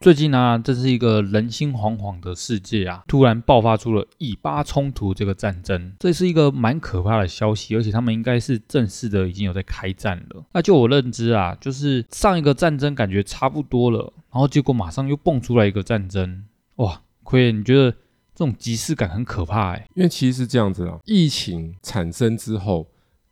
最近呢、啊，这是一个人心惶惶的世界啊，突然爆发出了以巴冲突这个战争，这是一个蛮可怕的消息，而且他们应该是正式的已经有在开战了。那就我认知啊，就是上一个战争感觉差不多了，然后结果马上又蹦出来一个战争，哇，奎爷，你觉得这种即视感很可怕哎、因为其实是这样子啊，疫情产生之后，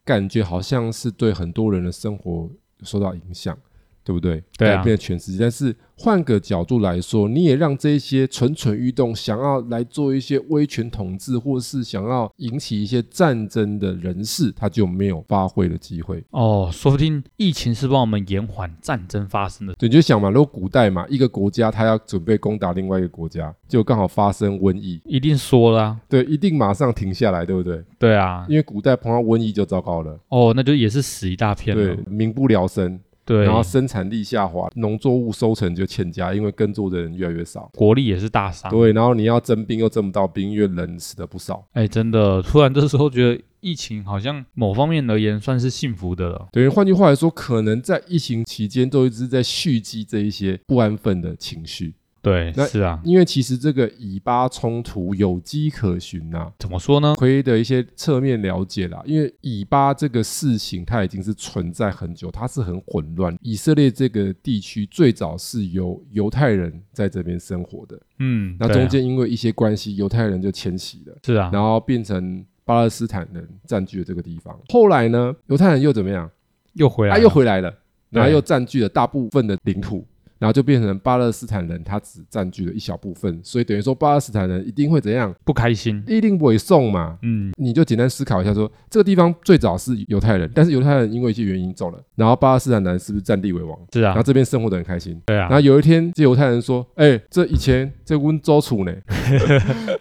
感觉好像是对很多人的生活受到影响，对不对？对啊改变了全世界。但是换个角度来说，你也让这些蠢蠢欲动、想要来做一些威权统治，或是想要引起一些战争的人士，他就没有发挥的机会。哦，说不定疫情是帮我们延缓战争发生的。对，你就想嘛，如果古代嘛，一个国家他要准备攻打另外一个国家，就刚好发生瘟疫，一定说啦、对，一定马上停下来，对不对？对啊，因为古代碰到瘟疫就糟糕了，哦，那就也是死一大片对了。，民不聊生，对，然后生产力下滑，农作物收成就欠佳，因为耕作的人越来越少。国力也是大伤。对，然后你要征兵又征不到兵，因为人死的不少。哎，真的，突然这时候觉得疫情好像某方面而言算是幸福的了。对，换句话来说，可能在疫情期间都一直在蓄积这一些不安分的情绪，对，那是啊，因为其实这个以巴冲突有迹可循呐、怎么说呢？亏的一些侧面了解啦，因为以巴这个事情它已经是存在很久，它是很混乱。以色列这个地区最早是由犹太人在这边生活的，嗯，那对啊中间因为一些关系，犹太人就迁徙了，是啊，然后变成巴勒斯坦人占据了这个地方。后来呢，犹太人又怎么样？又回来他、了，啊又回来了，然后啊对又占据了大部分的领土。然后就变成巴勒斯坦人，他只占据了一小部分，所以等于说巴勒斯坦人一定会怎样？不开心。一定委送嘛，嗯，你就简单思考一下说，这个地方最早是犹太人，但是犹太人因为一些原因走了，然后巴勒斯坦人是不是占地为王？是然啊后，这边生活的很开心。对啊然，后有一天，这犹太人说：“哎、这以前在温州处 呢，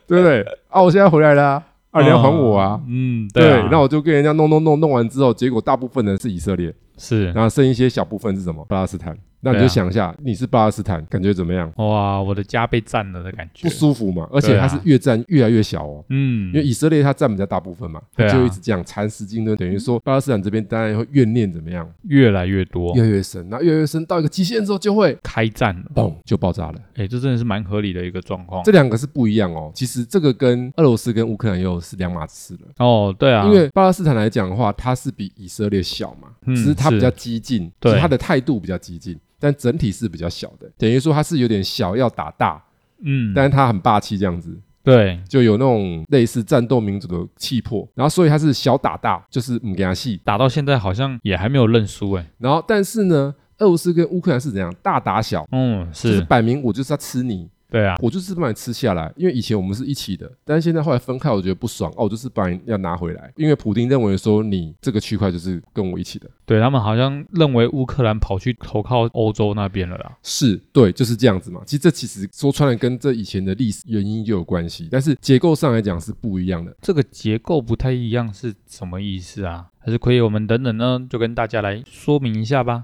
对不对？啊，我现在回来啦、啊，你要还我啊。嗯，对，啊，然后我就跟人家弄弄弄弄完之后，结果大部分人是以色列，是然后剩一些小部分是什么？巴勒斯坦。那你对就啊想一下，你是巴勒斯坦，感觉怎么样？哇，我的家被占了的感觉不。舒服嘛？而且对啊它是越占越来越小哦。嗯因，为以色列它占比较大部分嘛，它对啊就一直这样蚕食竞争，等于说巴勒斯坦这边当然会怨念怎么样，越来越多越来越深，那越来越深到一个极限之后就会开战了。嘣就爆炸了。哎，这真的是蛮合理的一个状况这。两个是不一样哦，其实这个跟俄罗斯跟乌克兰又是两码子事了。哦，对啊，因为巴勒斯坦来讲的话，它是比以色列小嘛，嗯只是它是比较激进，对只是它的态度比较激进，但整体是比较小的，等于说它是有点小要打大，嗯，但是它很霸气这样子，对，就有那种类似战斗民族的气魄，然后所以它是小打大，就是唔给他戏，打到现在好像也还没有认输哎、然后，但是呢，俄罗斯跟乌克兰是怎样大打小，嗯，就是是，摆明我就是要吃你，对啊，我就是把你吃下来。因为以前我们是一起的，但是现在后来分开，我觉得不爽哦，我就是把你要拿回来。因为普丁认为说你这个区块就是跟我一起的，对他们好像认为乌克兰跑去投靠欧洲那边了啦。是对，就是这样子嘛。其实这其实说穿了跟这以前的历史原因就有关系，但是结构上来讲是不一样的。这个结构不太一样是什么意思啊？还是可以我们等等呢，就跟大家来说明一下吧。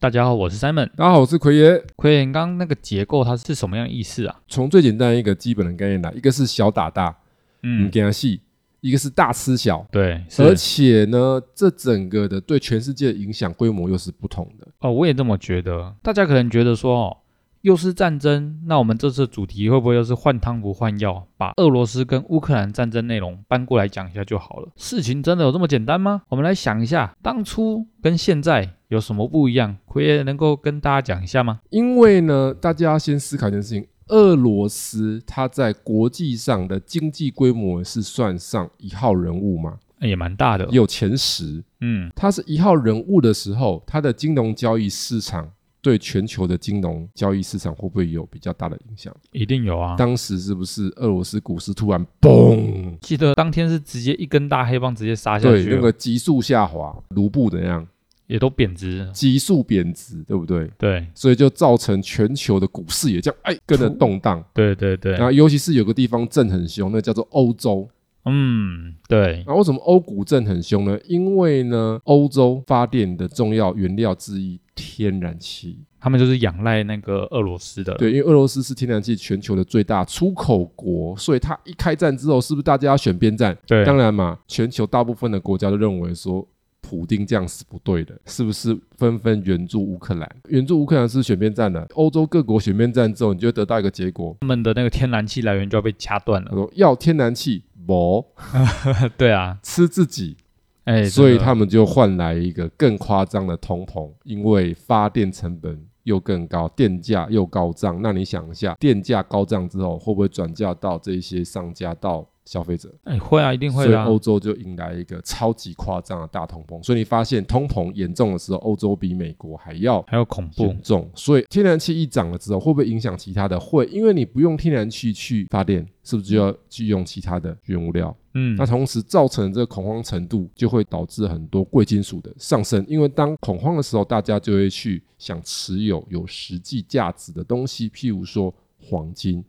大家好，我是 Simon。大家好，我是奎爷。奎岩，刚刚那个结构它是什么样意思啊？从最简单一个基本的概念来，一个是小打大，唔嗯，给他戏；一个是大吃小，对，而是且呢，这整个的对全世界的影响规模又是不同的。哦，我也这么觉得。大家可能觉得说，哦，又是战争，那我们这次的主题会不会又是换汤不换药，把俄罗斯跟乌克兰战争内容搬过来讲一下就好了？事情真的有这么简单吗？我们来想一下，当初跟现在有什么不一样？奎爷能够跟大家讲一下吗？因为呢，大家要先思考一件事情：俄罗斯它在国际上的经济规模是算上一号人物吗？呃也蛮大的，有前十，嗯，它是一号人物的时候，它的金融交易市场。对全球的金融交易市场会不会有比较大的影响？一定有啊。当时是不是俄罗斯股市突然嘣，记得当天是直接一根大黑棒直接杀下对去了，那个急速下滑，卢布怎样也都贬值了，急速贬值，对不对？对所以就造成全球的股市也这样哎跟着动荡。对对对然，后尤其是有个地方震很凶，那叫做欧洲。嗯，对，那为什么欧股震很凶呢？因为呢，欧洲发电的重要原料之一天然气。他们就是仰赖那个俄罗斯的，对，因为俄罗斯是天然气全球的最大出口国，所以它一开战之后，是不是大家要选边站？对，当然嘛，全球大部分的国家都认为说。普丁这样是不对的，是不是纷纷援助乌克兰？援助乌克兰是选边站的，欧洲各国选边站之后，你就会得到一个结果，他们的那个天然气来源就要被掐断他了。说要天然气，不对啊，吃自己，哎、所以真的他们就换来一个更夸张的通膨，因为发电成本又更高，电价又高涨。那你想一下，电价高涨之后，会不会转嫁到这一些商家到消费者？哎、会啊，一定会所以的、啊。欧洲就迎来一个超级夸张的大通膨。所以你发现通膨严重的时候，欧洲比美国还要。还有恐怖严，重，所以天然气一涨了之后，会不会影响其他的？会，因为你不用天然气去发电，是不是就要去用其他的原物料？嗯那，同时造成这个恐慌程度，就会导致很多贵金属的上升。因为当恐慌的时候，大家就会去想持有有实际价值的东西，譬如说黄金、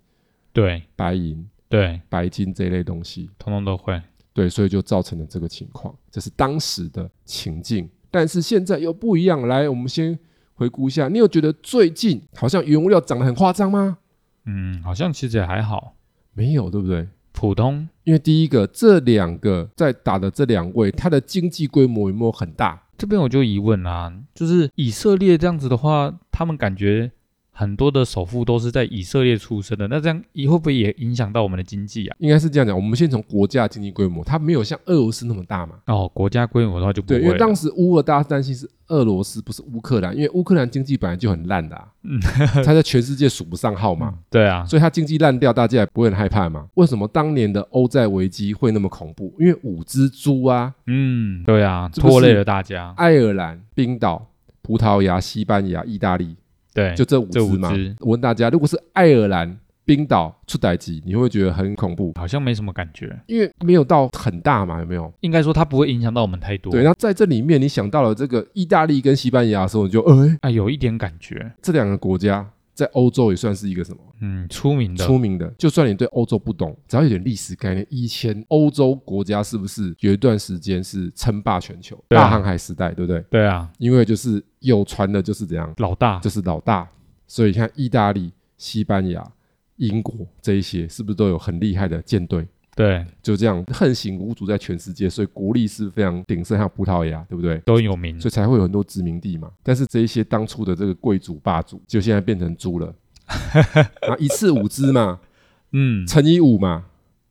对白银、对，白金这一类东西。通通都会。对，所以就造成了这个情况，这是当时的情境。但是现在又不一样了。来，我们先回顾一下，你有觉得最近好像原物料涨得很夸张吗？嗯，好像其实也还好，没有，对不对？普通。因为第一个，这两个在打的这两位，它的经济规模有没有很大？这边我就疑问啦、啊就是以色列这样子的话，他们感觉很多的首富都是在以色列出生的，那这样以会不会也影响到我们的经济啊？应该是这样讲，我们先从国家的经济规模，它没有像俄罗斯那么大嘛。哦，国家规模的话就不对，会啊因为了。当时乌俄大家担心是俄罗斯，不是乌克兰，因为乌克兰经济本来就很烂的、啊，嗯 它在全世界数不上号嘛，对啊，所以它经济烂掉，大家也不会很害怕嘛。为什么当年的欧债危机会那么恐怖？因为五只猪啊，嗯，对啊，这不是拖累了大家。爱尔兰、冰岛、葡萄牙、西班牙、意大利，对，就这五只哎这五嘛只。我问大家，如果是爱尔兰、冰岛出歹机，你会不会觉得很恐怖？好像没什么感觉。因为没有到很大嘛，有没有？应该说它不会影响到我们太多。对，那在这里面，你想到了这个意大利跟西班牙的时候，你就哎、啊，有一点感觉，这两个国家在欧洲也算是一个什么嗯，出名的，出名的。就算你对欧洲不懂，只要有点历史概念，以前欧洲国家是不是有一段时间是称霸全球，对啊大航海时代，对不对？对啊，因为就是有船的就是怎样，老大，就是老大。所以你看，意大利、西班牙、英国这一些，是不是都有很厉害的舰队？对，就这样横行无阻在全世界，所以国力是非常鼎盛，还有葡萄牙，对不对？都有名所，以才会有很多殖民地嘛。但是这一些当初的这个贵族霸主，就现在变成猪 了，啊，一次五只嘛，嗯，乘以五嘛，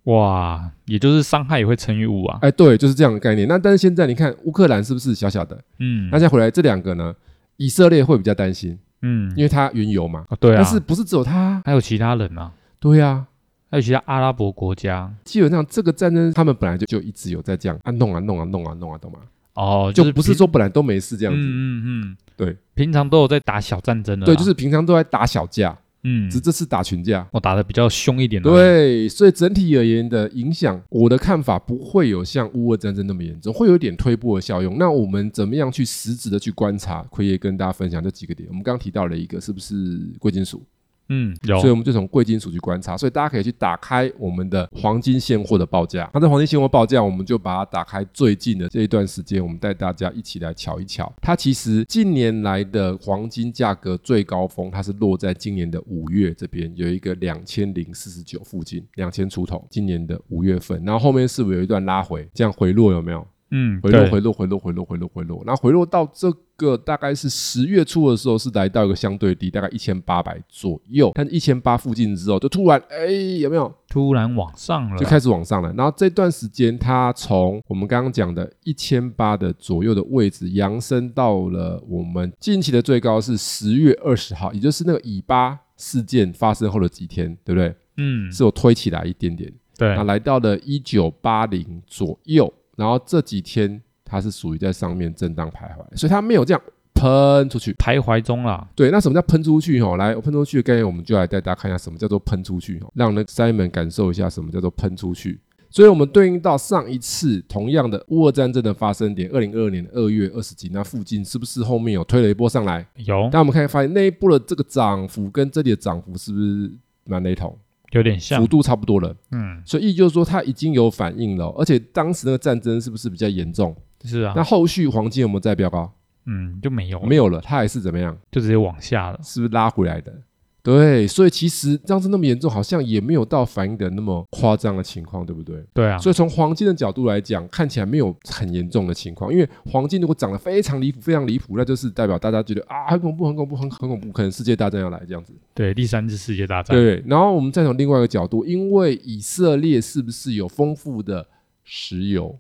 哇，也就是伤害也会乘以五啊，哎，对，就是这样的概念。那但是现在你看乌克兰是不是小小的？嗯那，再回来这两个呢，以色列会比较担心，嗯因，为它原油嘛。哦对啊，但是不是只有它？还有其他人啊，对呀、还有其他阿拉伯国家，基本上这个战争他们本来就就一直有在这样啊弄啊弄啊弄啊弄啊，懂吗？哦，就是不是平说本来都没事这样子，嗯嗯嗯，对，平常都有在打小战争的啦，对，就是平常都在打小架，嗯只，这次打群架。我打的比较凶一点，，对，所以整体而言的影响，我的看法不会有像乌俄战争那么严重，会有一点推波的效用。那我们怎么样去实质的去观察？奎爷跟大家分享这几个点。我们刚刚提到了一个是不是贵金属，嗯，有所以，我们就从贵金属去观察。所以大家可以去打开我们的黄金现货的报价。那在黄金现货报价，我们就把它打开最近的这一段时间，我们带大家一起来瞧一瞧。它其实近年来的黄金价格最高峰，它是落在今年的五月这边有一个两千零四十九附近，两千出头，今年的五月份。然后后面是不是有一段拉回，这样回落有没有？嗯，回落对回落回落回落回落回落，那回落到这个大概是十月初的时候，是来到一个相对低，大概一千八百左右。但是一千八附近之后，就突然哎、有没有突然往上了就，开始往上了？然后这段时间，它从我们刚刚讲的一千八的左右的位置，扬升到了我们近期的最高是十月二十号，也就是那个以巴事件发生后的几天，对不对？嗯，是有推起来一点点。对那，来到了一九八零左右，然后这几天它是属于在上面震荡徘徊，所以它没有这样喷出去。徘徊中啦，对，那什么叫喷出去？哦，来，喷出去的概念，我们就来带大家看一下什么叫做喷出去，哦，让那 Simon 感受一下什么叫做喷出去。所以我们对应到上一次同样的乌俄战争的发生点，二零二二年二月二十几那附近，是不是后面有推了一波上来？有但我们可以发现那一波的这个涨幅跟这里的涨幅是不是蛮雷同，有点像幅，度差不多了，嗯，所以意就是说它已经有反应了哦，而且当时那个战争是不是比较严重？是啊那，后续黄金有没有再飙高？嗯，就没有了，没有了，它还是怎么样？就直接往下了，是不是拉回来的？对，所以其实当时那么严重，好像也没有到反应的那么夸张的情况，对不对？对啊，所以从黄金的角度来讲，看起来没有很严重的情况，因为黄金如果涨得非常离谱、非常离谱，那就是代表大家觉得啊，很恐怖、很恐怖、很很恐怖，可能世界大战要来这样子。对，第三次世界大战，对，然后我们再从另外一个角度，因为以色列是不是有丰富的石油？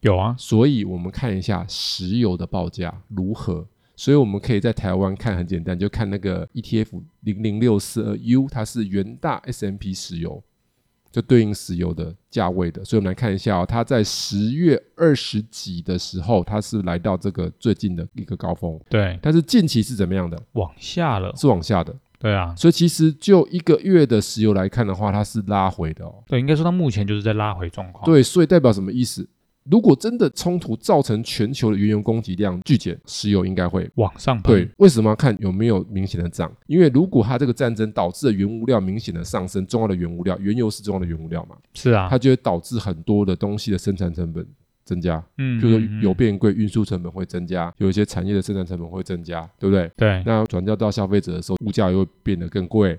有啊，所以我们看一下石油的报价如何。所以我们可以在台湾看，很简单，就看那个 ETF 零零六四二 U，它是元大 S M P 石油，就对应石油的价位的。所以我们来看一下哦，它在十月二十几的时候，它是来到这个最近的一个高峰，对，但是近期是怎么样的？往下了，是往下的。对啊，所以其实就一个月的石油来看的话，它是拉回的哦。对，应该说它目前就是在拉回状况，，对，所以代表什么意思？如果真的冲突造成全球的原油供给量巨减，石油应该会。往上对喷，，为什么要看有没有明显的涨？因为如果它这个战争导致了原物料明显的上升，重要的原物料，原油是重要的原物料嘛，是啊，它就会导致很多的东西的生产成本增加，嗯，就是嗯嗯有变贵，运输成本会增加，有一些产业的生产成本会增加，对不对？对，那转交到消费者的时候，物价又会变得更贵，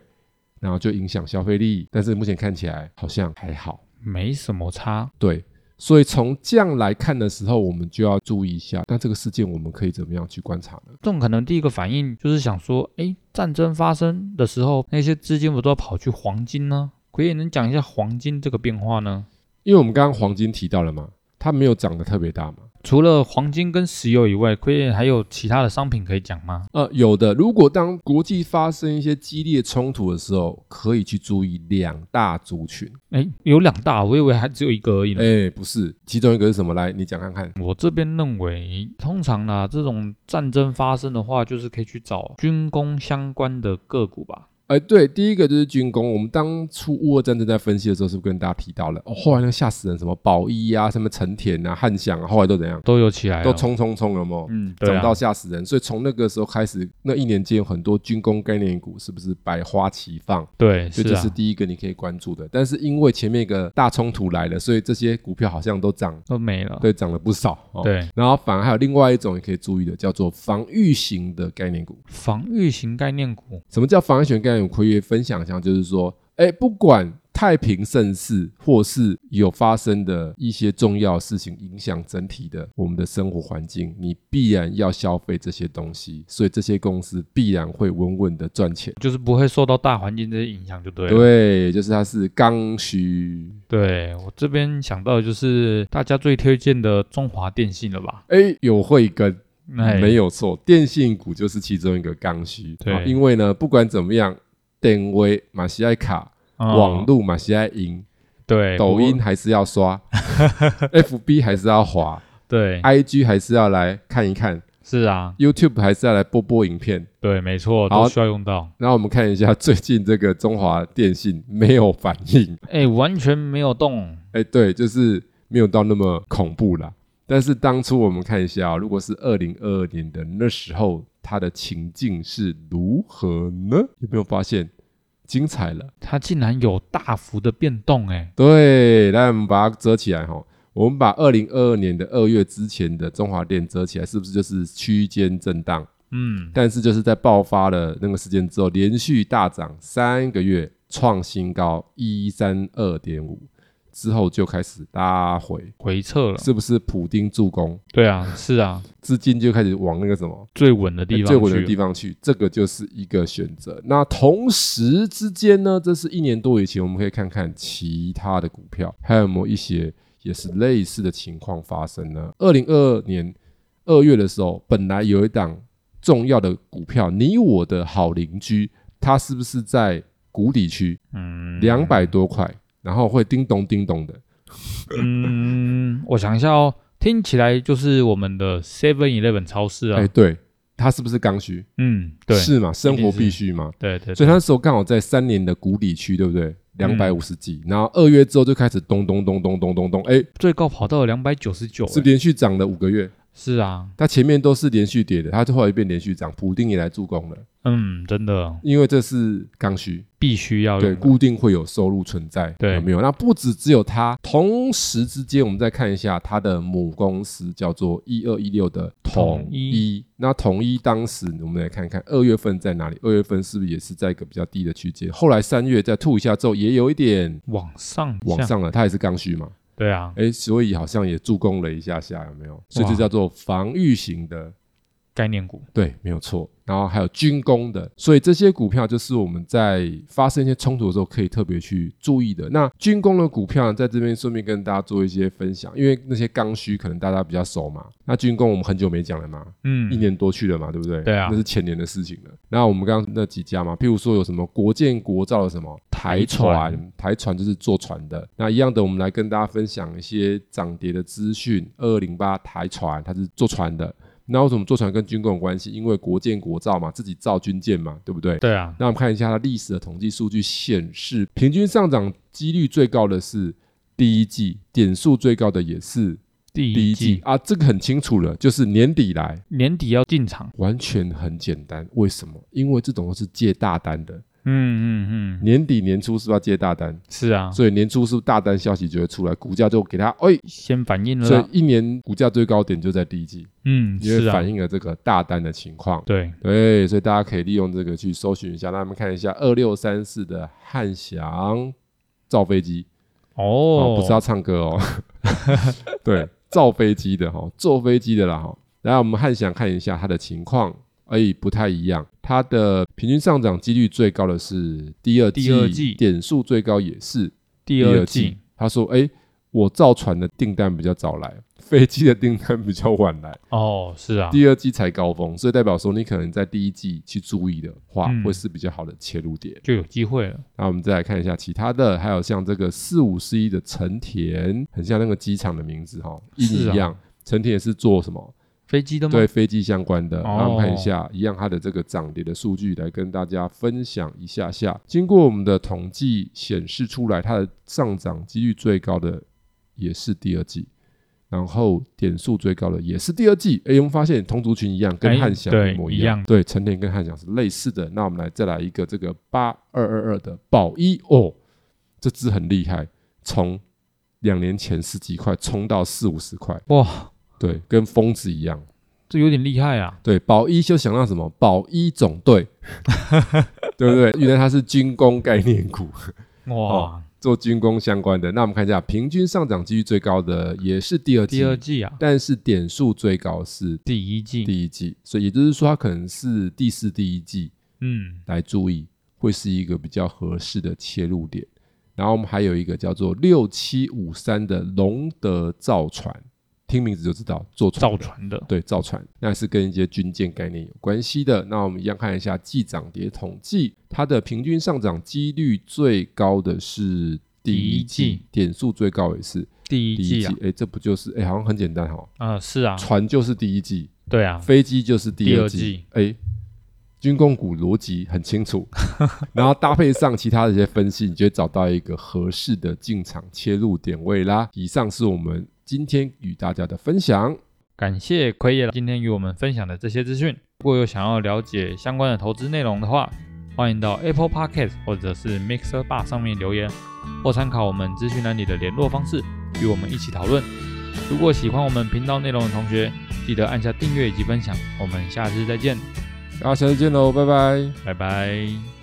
然后就影响消费力。但是目前看起来好像还好。没什么差，对，所以从这样来看的时候，我们就要注意一下。那这个事件我们可以怎么样去观察呢？这种可能第一个反应就是想说，哎，战争发生的时候，那些资金不都要跑去黄金呢？可以能讲一下黄金这个变化呢？因为我们刚刚黄金提到了嘛，它没有涨得特别大嘛。除了黄金跟石油以外，可以还有其他的商品可以讲吗？呃，有的，如果当国际发生一些激烈冲突的时候，可以去注意两大族群。哎，有两大，我以为还只有一个而已呢。哎，不是，其中一个是什么？来，你讲看看。我这边认为，通常啦，这种战争发生的话，就是可以去找军工相关的个股吧。哎，对，第一个就是军工。我们当初乌俄战争在分析的时候，是不是跟大家提到了？哦、后来那吓死人，什么宝一啊，什么成田啊、汉翔啊，后来都怎样？都有起来了都，冲冲冲了嘛。哎嗯，对涨啊到，吓死人。所以从那个时候开始，那一年间有很多军工概念股是不是百花齐放？对，所是以这啊是，第一个你可以关注的。但是因为前面一个大冲突来了，所以这些股票好像都涨，都没了，对，涨了不少。哦、。啊对，然后反而还有另外一种你可以注意的，叫做防御型的概念股。防御型概念股，什么叫防御型概念股？可以分享一下，就是说，哎，不管。太平盛世，或是有发生的一些重要事情，影响整体的我们的生活环境，你必然要消费这些东西，所以这些公司必然会稳稳的赚钱。就是不会受到大环境这些影响，就对了。对，就是它是刚需。对我这边想到的就是大家最推荐的中华电信了吧？哎，有慧根，哎没有错，电信股就是其中一个刚需。对啊因为呢，不管怎么样，电威马西亚卡，嗯网络马西亚赢，对抖不音还是要刷 ，FB 还是要滑对，IG 还是要来看一看是啊， ，YouTube 还是要来播播影片。对，没错，好都需要用到。然后我们看一下 最近这个中华电信没有反应， 哎，完全没有动，哎，对，就是没有到那么恐怖啦。但是当初我们看一下啊、如果是二零二二年的那时候，它的情境是如何呢？有没有发现精彩了？它竟然有大幅的变动，哎，对，来我们把它遮起来哈。我们把二零二二年的二月之前的中华电遮起来，是不是就是区间震荡？嗯，但是就是在爆发了那个事件之后，连续大涨三个月，创新高一三二点五之后就开始拉回，回撤了。是不是普丁助攻？对啊，是啊，资金就开始往那个什么最稳的地方去哎最了，稳的地方去，这个就是一个选择。那同时之间呢，这是一年多以前，我们可以看看其他的股票还有没有一些也是类似的情况发生呢？二零二二年二月的时候，本来有一档重要的股票，你我的好邻居，它是不是在谷底区嗯，两百多块，然后会叮咚叮咚的？嗯，我想一下哦，听起来就是我们的 Seven Eleven 超市啊，哎，对，它是不是刚需？嗯，对，是嘛，生一定活是必须嘛。对对，所对以那时候刚好在三年的谷底区，对不对？两百五十嗯几，然后二月之后就开始咚咚咚咚咚咚咚，哎，最高跑到了两百九十九，啊是连续涨了五个月。是啊，它前面都是连续跌的，它后来变连续涨，普丁也来助攻了，嗯，真的因为这是刚需，必须要对，用的固定会有收入存在，对有没有？那不止只有它，同时之间，我们再看一下它的母公司叫做一二一六的统统一一。那统一当时，我们来看看二月份在哪里？二月份是不是也是在一个比较低的区间？后来三月再吐一下之后，也有一点往上一往下，上了，它也是刚需嘛，对啊，哎，所以好像也助攻了一下下，有没有？所以就哇叫做防御型的概念股，对，没有错。然后还有军工的，所以这些股票就是我们在发生一些冲突的时候可以特别去注意的。那军工的股票呢，在这边顺便跟大家做一些分享，因为那些刚需可能大家比较熟嘛。那军工我们很久没讲了嘛，一嗯，年多去了嘛，对不对？对啊那是前年的事情了。那我们刚刚那几家嘛，譬如说有什么国建、国造的什么台台船船，台船就是做船的。那一样的，我们来跟大家分享一些涨跌的资讯。二零八台船，它是做船的。那为什么做船跟军工有关系？因为国建、国造嘛，自己造军舰嘛，对不对？对啊，那我们看一下它历史的统计数据显示，平均上涨几率最高的是第一季，点数最高的也是第第一一季季啊，这个很清楚了，就是年底来。年底要进场，完全很简单。为什么？因为这种都是借大单的，嗯嗯嗯，年底年初是不是要借大单？是啊，所以年初是不是大单消息就会出来，股价就给它哎，先反应了所啦，以一年股价最高点就在第一季，嗯，因为啊是啊反，映了这个大单的情况。对，对，所以大家可以利用这个去搜寻一下。那我们看一下二六三四的汉翔造飞机，哦，哦，不是要唱歌哦， 对，造飞机的哈、坐飞机的啦哈、来，我们汉翔看一下它的情况，哎，不太一样。它的平均上涨几率最高的是第二季，第二季点数最高也是第二季，。他说，哎，我造船的订单比较早来，飞机的订单比较晚来，哦，是 啊，第二季才高峰，所以代表说你可能在第一季去注意的话，嗯会是比较好的切入点。就有机会了，那我们再来看一下其他的，还有像这个四五四一的成田，很像那个机场的名字哈、一是模啊一样。成田也是做什么？飞机的吗？对，飞机相关的。哦那我们看一下，一样它的这个涨跌的数据来跟大家分享一下下。经过我们的统计显示出来，它的上涨几率最高的也是第二季。然后点数最高的也是第二季，哎，我们发现同族群一样，跟哎汉翔对一模一样对，成田跟汉翔是类似的。那我们来再来一个这个八二二二的宝一哦，这只很厉害，从两年前十几块冲到四五十块，哇，对，跟疯子一样。这有点厉害啊，对，宝一就想到什么？宝一总 队，对不对？原来它是军工概念股，哇，做军工相关的。那我们看一下，平均上涨几率最高的也是第二季，第二季啊，但是点数最高是第一季，第一季，所以也就是说，它可能是第四、第一季嗯，来注意，会是一个比较合适的切入点。然后我们还有一个叫做六七五三的龙德造船，听名字就知道做船造的船的，对，造船，那是跟一些军舰概念有关系的。那我们一样看一下季涨跌统计，它的平均上涨几率最高的是第一第一季季，点数最高也是第第一季哎啊、，诶这不就是哎、诶好像很简单哈、啊，是啊，船就是第一季，对啊，飞机就是第二第二季季，哎、军工股逻辑很清 楚，然后搭配上其他的一些分析，你就会找到一个合适的进场切入点位啦。以上是我们今天与大家的分享。感谢奎爷今天与我们分享的这些资讯。如果有想要了解相关的投资内容的话，欢迎到 Apple Podcast 或者是 Mixer Bar 上面留言，或参考我们资讯栏里的联络方式，与我们一起讨论。如果喜欢我们频道内容的同学，记得按下订阅以及分享。我们下次再见，大家下次见喽，拜拜。拜拜。